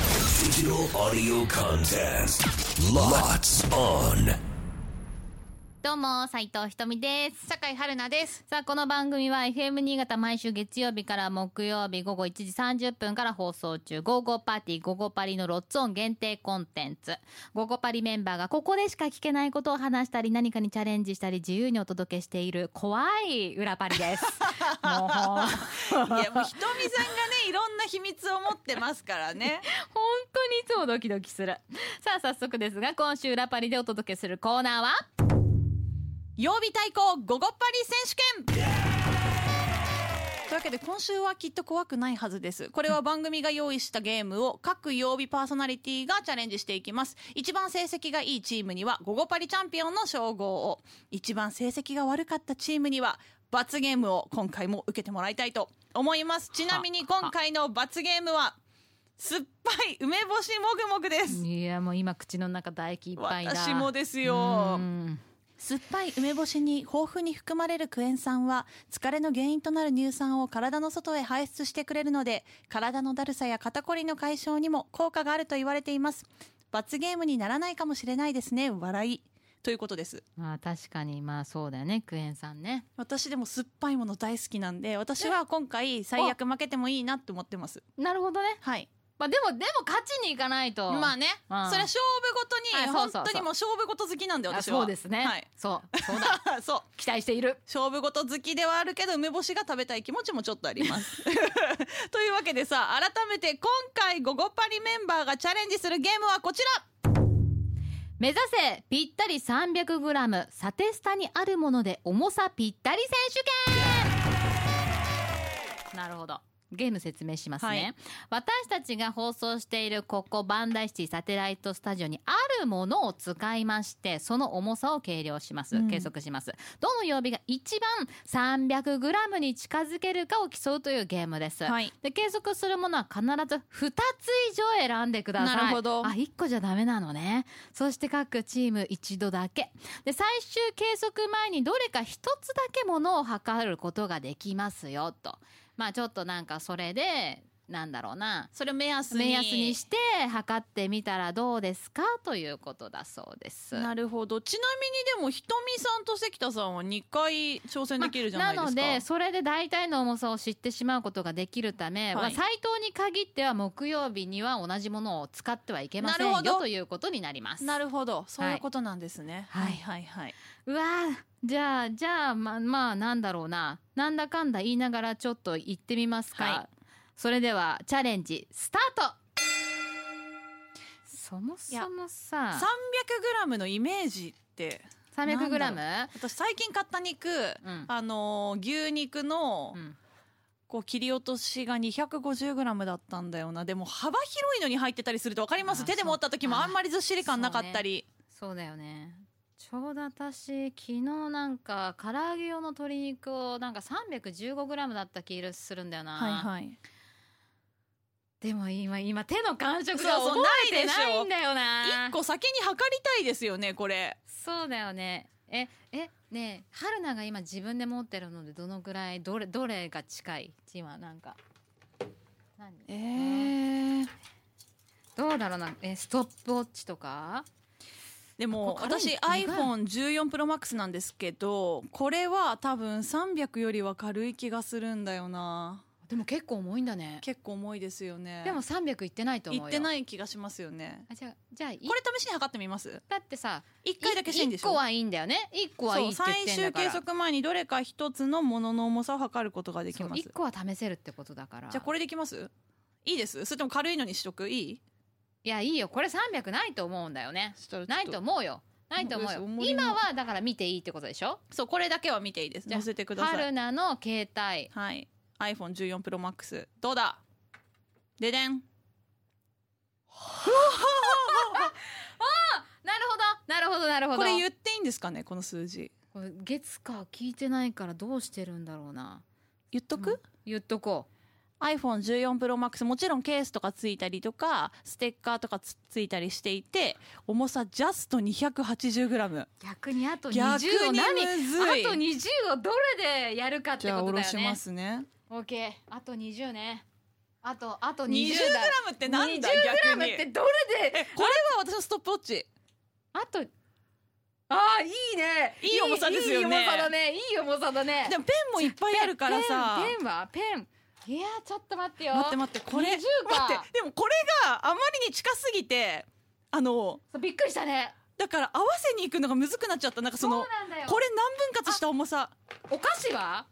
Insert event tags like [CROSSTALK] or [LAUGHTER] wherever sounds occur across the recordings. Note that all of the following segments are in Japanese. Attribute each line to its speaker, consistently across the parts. Speaker 1: Digital audio contest. Lots on.
Speaker 2: どうも、斉藤ひとみです。
Speaker 3: 酒井春菜です。
Speaker 2: さあ、この番組は FM 新潟毎週月曜日から木曜日午後1時30分から放送中、午後パーティー、午後パリのロッツオン限定コンテンツ。午後パリメンバーがここでしか聞けないことを話したり、何かにチャレンジしたり、自由にお届けしている怖い裏パリ [LAUGHS] です。もう、本
Speaker 3: いやもうひとみ [LAUGHS] さんがねいろんな秘密を持ってますからね。
Speaker 2: 当にいつもドキドキする。さあ、早速ですが、今週裏パリでお届けするコーナーは、
Speaker 3: 曜日対抗ゴゴパリ選手権というわけで今週はきっと怖くないはずですこれは番組が用意したゲームを各曜日パーソナリティがチャレンジしていきます一番成績がいいチームにはゴゴパリチャンピオンの称号を一番成績が悪かったチームには罰ゲームを今回も受けてもらいたいと思いますちなみに今回の罰ゲームは酸っぱい梅干しもぐもぐです
Speaker 2: いや、もう今口の中唾液いっぱいだ。
Speaker 3: 私もです
Speaker 2: う
Speaker 3: よ
Speaker 2: ん
Speaker 3: 酸っぱい梅干しに豊富に含まれるクエン酸は疲れの原因となる乳酸を体の外へ排出してくれるので体のだるさや肩こりの解消にも効果があると言われています罰ゲームにならないかもしれないですね笑いということです
Speaker 2: まあ確かにまあそうだよねクエン酸ね
Speaker 3: 私でも酸っぱいもの大好きなんで私は今回最悪負けてもいいなって思ってます
Speaker 2: なるほどね
Speaker 3: はい
Speaker 2: まあでもでも勝ちにいかないと
Speaker 3: まあ
Speaker 2: ね
Speaker 3: ね、
Speaker 2: うん
Speaker 3: それは勝負ごとに、
Speaker 2: はいそうそうそう
Speaker 3: 本当にもう勝負ごと好きなんで私は
Speaker 2: そうですね、
Speaker 3: はい [LAUGHS]
Speaker 2: そうそう [LAUGHS] だ
Speaker 3: そう
Speaker 2: 期待している
Speaker 3: 勝負事好きではあるけど梅干しが食べたい気持ちもちょっとあります。 [LAUGHS] というわけでさ改めて今回「ゴゴパリ」メンバーがチャレンジするゲームはこちら
Speaker 2: 目指せぴったり 300g サテスタにあるもので重さぴったり選手権なるほどゲーム説明しますね、私たちが放送しているここバンダイシティサテライトスタジオにあるものを使いましてその重さを計量します、
Speaker 3: うん
Speaker 2: 計測しますどの曜日が一番 300g に近づけるかを競うというゲームです、
Speaker 3: はい
Speaker 2: で計測するものは必ず2つ以上選んでください
Speaker 3: なるほど
Speaker 2: あ1個じゃダメなのねそして各チーム一度だけで最終計測前にどれか一つだけものを測ることができますよとまあちょっとなんかそれでなんだろうな
Speaker 3: それを目安に
Speaker 2: 目安にして測ってみたらどうですかということだそうです
Speaker 3: なるほどちなみにでもひとみさんと関田さんは2回挑戦できるじゃないですか、
Speaker 2: まあなのでそれで大体の重さを知ってしまうことができるため、
Speaker 3: はい
Speaker 2: まあ斉藤に限っては木曜日には同じものを使ってはいけません
Speaker 3: な
Speaker 2: よ
Speaker 3: るほど
Speaker 2: ということになります
Speaker 3: なるほどそういうことなんですね、
Speaker 2: は
Speaker 3: はいい、はいはいう
Speaker 2: わーじゃあじゃあままあなんだろうななんだかんだ言いながらちょっと行ってみますか、
Speaker 3: は
Speaker 2: それではチャレンジスタートそもそもさ
Speaker 3: 3 0 0ムのイメージってなん
Speaker 2: 300g?
Speaker 3: 私最近買った肉、
Speaker 2: うん
Speaker 3: あのー牛肉の、
Speaker 2: うん
Speaker 3: こう切り落としが 250g だったんだよなでも幅広いのに入ってたりすると分かりま
Speaker 2: あ
Speaker 3: す
Speaker 2: ー
Speaker 3: 手で持った時も
Speaker 2: そう
Speaker 3: あんまりずっしり感なかったり、
Speaker 2: そうだよねちょうど私昨日なんか唐揚げ用の鶏肉をなんか 315g だった気がするんだよな、
Speaker 3: はいはい
Speaker 2: でも今今手の感触が
Speaker 3: そうそう
Speaker 2: 覚えて
Speaker 3: ないでしょ
Speaker 2: ないんだよな
Speaker 3: 1個先に測りたいですよねこれ
Speaker 2: そうだよね。え、え、ねえ、春菜が今自分で持ってるので、どのぐらい、どれ、どれが近い今、なんか。何
Speaker 3: え
Speaker 2: どうだろうな。え、ストップウォッチとか
Speaker 3: でも
Speaker 2: ここ軽い
Speaker 3: 私 iPhone14ProMax なんですけどこれは多分300よりは軽い気がするんだよな
Speaker 2: でも結構重いんだね。
Speaker 3: 結構重いですよね
Speaker 2: でも300いってないと思う
Speaker 3: い
Speaker 2: よ。
Speaker 3: って
Speaker 2: い。
Speaker 3: ない気がしますよね
Speaker 2: あじゃあ、じゃあ、い
Speaker 3: これ試しに測ってみます
Speaker 2: だってさ、
Speaker 3: 1回だけしていいんでしょ
Speaker 2: 1個はいいんだよね。1個はいいって
Speaker 3: そう
Speaker 2: 言って
Speaker 3: 最
Speaker 2: んだ
Speaker 3: 終
Speaker 2: から。
Speaker 3: 計測前にどれか一つのものの重さを測ることができ
Speaker 2: そう
Speaker 3: ます
Speaker 2: 1個は試せるってことだから。
Speaker 3: じゃあこれでいきますいいですそれとも軽いのにしとくいい
Speaker 2: いや、いいよ。これ300ないと思うんだよね。ないと思うよ。ないと思う
Speaker 3: そう
Speaker 2: よ
Speaker 3: で。す
Speaker 2: 今は、だから見ていいってことでしょ
Speaker 3: そうこれだけは見ていいです
Speaker 2: じゃあ
Speaker 3: 載せてくださ
Speaker 2: 春
Speaker 3: い
Speaker 2: 菜の携帯
Speaker 3: はい iPhone14ProMax どうだででん
Speaker 2: なるほどなるほどなるほど
Speaker 3: これ言っていいんですかねこの数字
Speaker 2: これ月か聞いてないからどうしてるんだろうな
Speaker 3: 言っと
Speaker 2: うん
Speaker 3: く、
Speaker 2: 言っとこ
Speaker 3: iPhone14ProMax もちろんケースとかついたりとかステッカーとかつついたりしていて重さジャスト 280g
Speaker 2: う逆にあと20
Speaker 3: 逆
Speaker 2: を
Speaker 3: に
Speaker 2: 何
Speaker 3: むず
Speaker 2: あ
Speaker 3: い
Speaker 2: と20をどれでやるかって
Speaker 3: じゃ
Speaker 2: こ
Speaker 3: あ
Speaker 2: と
Speaker 3: 下
Speaker 2: だ
Speaker 3: ろ
Speaker 2: よ
Speaker 3: し
Speaker 2: ね
Speaker 3: ますね
Speaker 2: オッケーあと20ね
Speaker 4: あとあと
Speaker 3: 20
Speaker 4: 20
Speaker 3: グ
Speaker 4: 代
Speaker 3: ラムってなんだ
Speaker 2: 20g
Speaker 3: 逆に
Speaker 2: ってどれで
Speaker 3: えこれは私のストップウォッチ
Speaker 2: あとああいいね
Speaker 3: いい重さですよね
Speaker 2: いい重さだねいい重さだね
Speaker 3: [LAUGHS] でもペンもいっぱいあるからさ
Speaker 2: ペンペンはペンいやーちょっと待ってよ
Speaker 3: 待って待ってこれ
Speaker 2: 20か
Speaker 3: 待ってでもこれがあまりに近すぎてあの
Speaker 2: そうびっくりしたね
Speaker 3: だから合わせに行くのがむずくなっちゃったなんかその
Speaker 2: そうなんだよ
Speaker 3: これ何分割した重さ
Speaker 2: お菓子は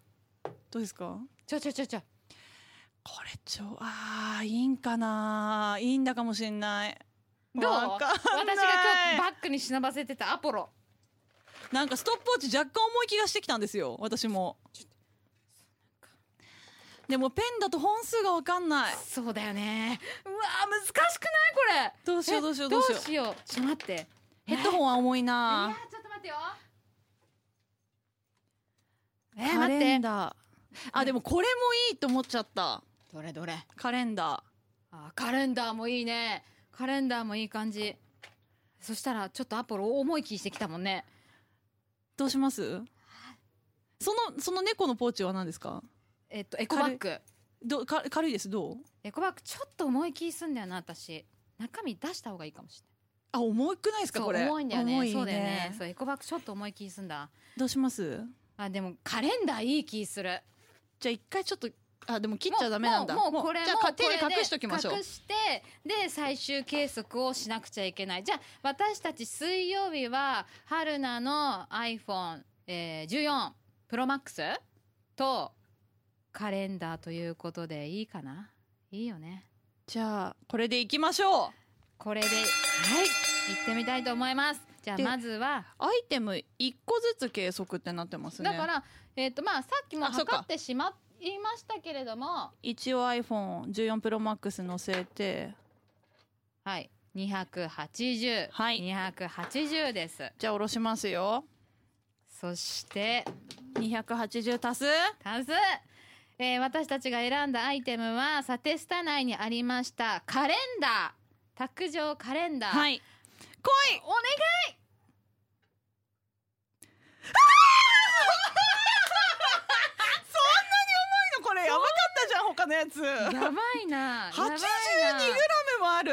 Speaker 3: どうですか
Speaker 2: ちょちょちょちょ
Speaker 3: これちょあーいいんかないいんだかもしんない
Speaker 2: どう
Speaker 3: わかんない
Speaker 2: 私が今日バッグに忍ばせてたアポロ
Speaker 3: なんかストップウォッチ若干重い気がしてきたんですよ私もでもペンだと本数がわかんない
Speaker 2: そうだよねうわー難しくないこれ
Speaker 3: どうしよう
Speaker 2: え
Speaker 3: どうしようどうしよ
Speaker 2: ど
Speaker 3: う
Speaker 2: うしようちょっと待っていや
Speaker 3: ヘッドホンは重いな
Speaker 2: ーちょっと待ってよえー、
Speaker 3: カ
Speaker 2: 待っ
Speaker 3: レン
Speaker 2: て
Speaker 3: ダーあでもこれもいいと思っちゃった
Speaker 2: どれどれ
Speaker 3: カレンダ
Speaker 2: あカレンダーもいいねカレンダーもいい感じそしたらちょっとアポロ重い気してきたもんね
Speaker 3: ーどうしますそのその猫のポーチは何ですか
Speaker 2: えっとエコバッグ
Speaker 3: どうか軽いですどう
Speaker 2: エコバッグちょっと重い気すんだよな私中身出した方がいいかもしれない
Speaker 3: あ重くないですか
Speaker 2: そう
Speaker 3: これ
Speaker 2: 重いんだよね
Speaker 3: 重い
Speaker 2: そうだよねそうエコバッグちょっと重い気すんだ
Speaker 3: どうします
Speaker 2: あでもカレンダーいい気する
Speaker 3: じゃあ一回ちょっとあでも切っちゃダメなんだ
Speaker 2: もうもうもうこれ
Speaker 3: じゃ
Speaker 2: もう
Speaker 3: あ手で
Speaker 2: これ
Speaker 3: 隠しときましょう
Speaker 2: 隠してで最終計測をしなくちゃいけないじゃあ私たち水曜日は春菜の iPhone14、えー、14ProMax とカレンダーということでいいかないいよね
Speaker 3: じゃあこれでいきましょう
Speaker 2: これではい行ってみたいと思いますじゃあ
Speaker 3: で
Speaker 2: まずは
Speaker 3: アイテム一個ずつ計測ってなってますね
Speaker 2: だから、えっとまあ、さっきも
Speaker 3: あそっか
Speaker 2: 測ってしまいましたけれども
Speaker 3: 一応 iPhone14 Pro Max 乗せて
Speaker 2: はい280、
Speaker 3: はい
Speaker 2: 280です
Speaker 3: じゃあ下ろしますよ
Speaker 2: そして
Speaker 3: 280足す
Speaker 2: 多数、えー私たちが選んだアイテムはサテスタ内にありましたカレンダー卓上カレンダー、
Speaker 3: はい来い
Speaker 2: お願い
Speaker 3: のこれやばかったじゃん他のやつ
Speaker 2: やばいな
Speaker 3: 82g
Speaker 2: やばいな
Speaker 3: もある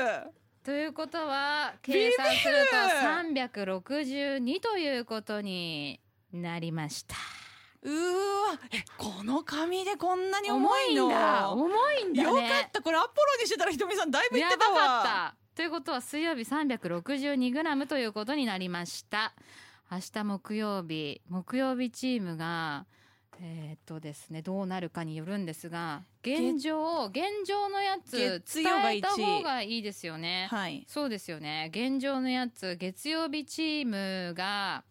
Speaker 2: ということは計算すると362ということになりました
Speaker 3: うーわえこの紙でこんなに重いの
Speaker 2: 重いんだ重いんだね
Speaker 3: よかったこれアポロにしてたらひとみさんだいぶいっ
Speaker 2: や
Speaker 3: て
Speaker 2: ば
Speaker 3: たわ
Speaker 2: かったということは水曜日 362g ということになりました明日木曜日木曜日チームがえーっとですねどうなるかによるんですが現状現状のやつ
Speaker 3: 月
Speaker 2: 伝
Speaker 3: 曜が1
Speaker 2: えた方がいいですよね、
Speaker 3: はい
Speaker 2: そうですよね現状のやつ月曜日チームが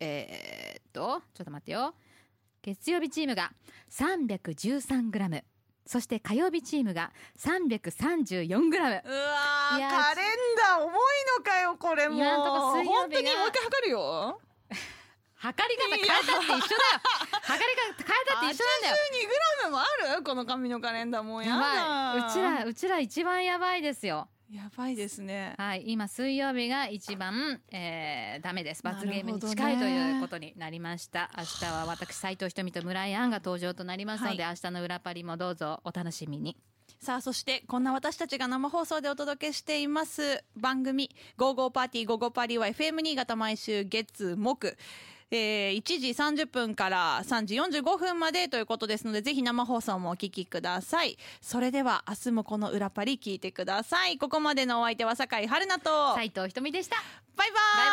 Speaker 2: えーっとちょっと待ってよ月曜日チームが 313g そして火曜日チームが 334g
Speaker 3: うわ
Speaker 2: いや
Speaker 3: ーカレンダー重いのかよこれもう
Speaker 2: 今んとこ水曜日が
Speaker 3: 本当にもう一回測るよ
Speaker 2: 測り方変えたって一緒だよ測り方変えたって一緒なんだよ
Speaker 3: 82g もあるこの紙のカレンダーもうやだ
Speaker 2: やばいうちらうちら一番やばいですよ
Speaker 3: やばいですね
Speaker 2: はい今水曜日が一番、えー、ダメです罰ゲームに
Speaker 3: な
Speaker 2: 近
Speaker 3: る
Speaker 2: い
Speaker 3: ほ
Speaker 2: と
Speaker 3: どね
Speaker 2: いうことになりました明日は私斉藤ひとみと村井杏が登場となりますので、明日の裏パリもどうぞお楽しみに
Speaker 3: さあそしてこんな私たちが生放送でお届けしています番組「ゴーゴーパーティーゴーゴーパリ」は FM 新潟毎週月木えー1時30分から3時45分までということですのでぜひ生放送もお聞きくださいそれでは明日もこの裏パリ聞いてくださいここまでのお相手は酒井春菜とバ
Speaker 2: 斉藤ひとみでした
Speaker 3: イバイ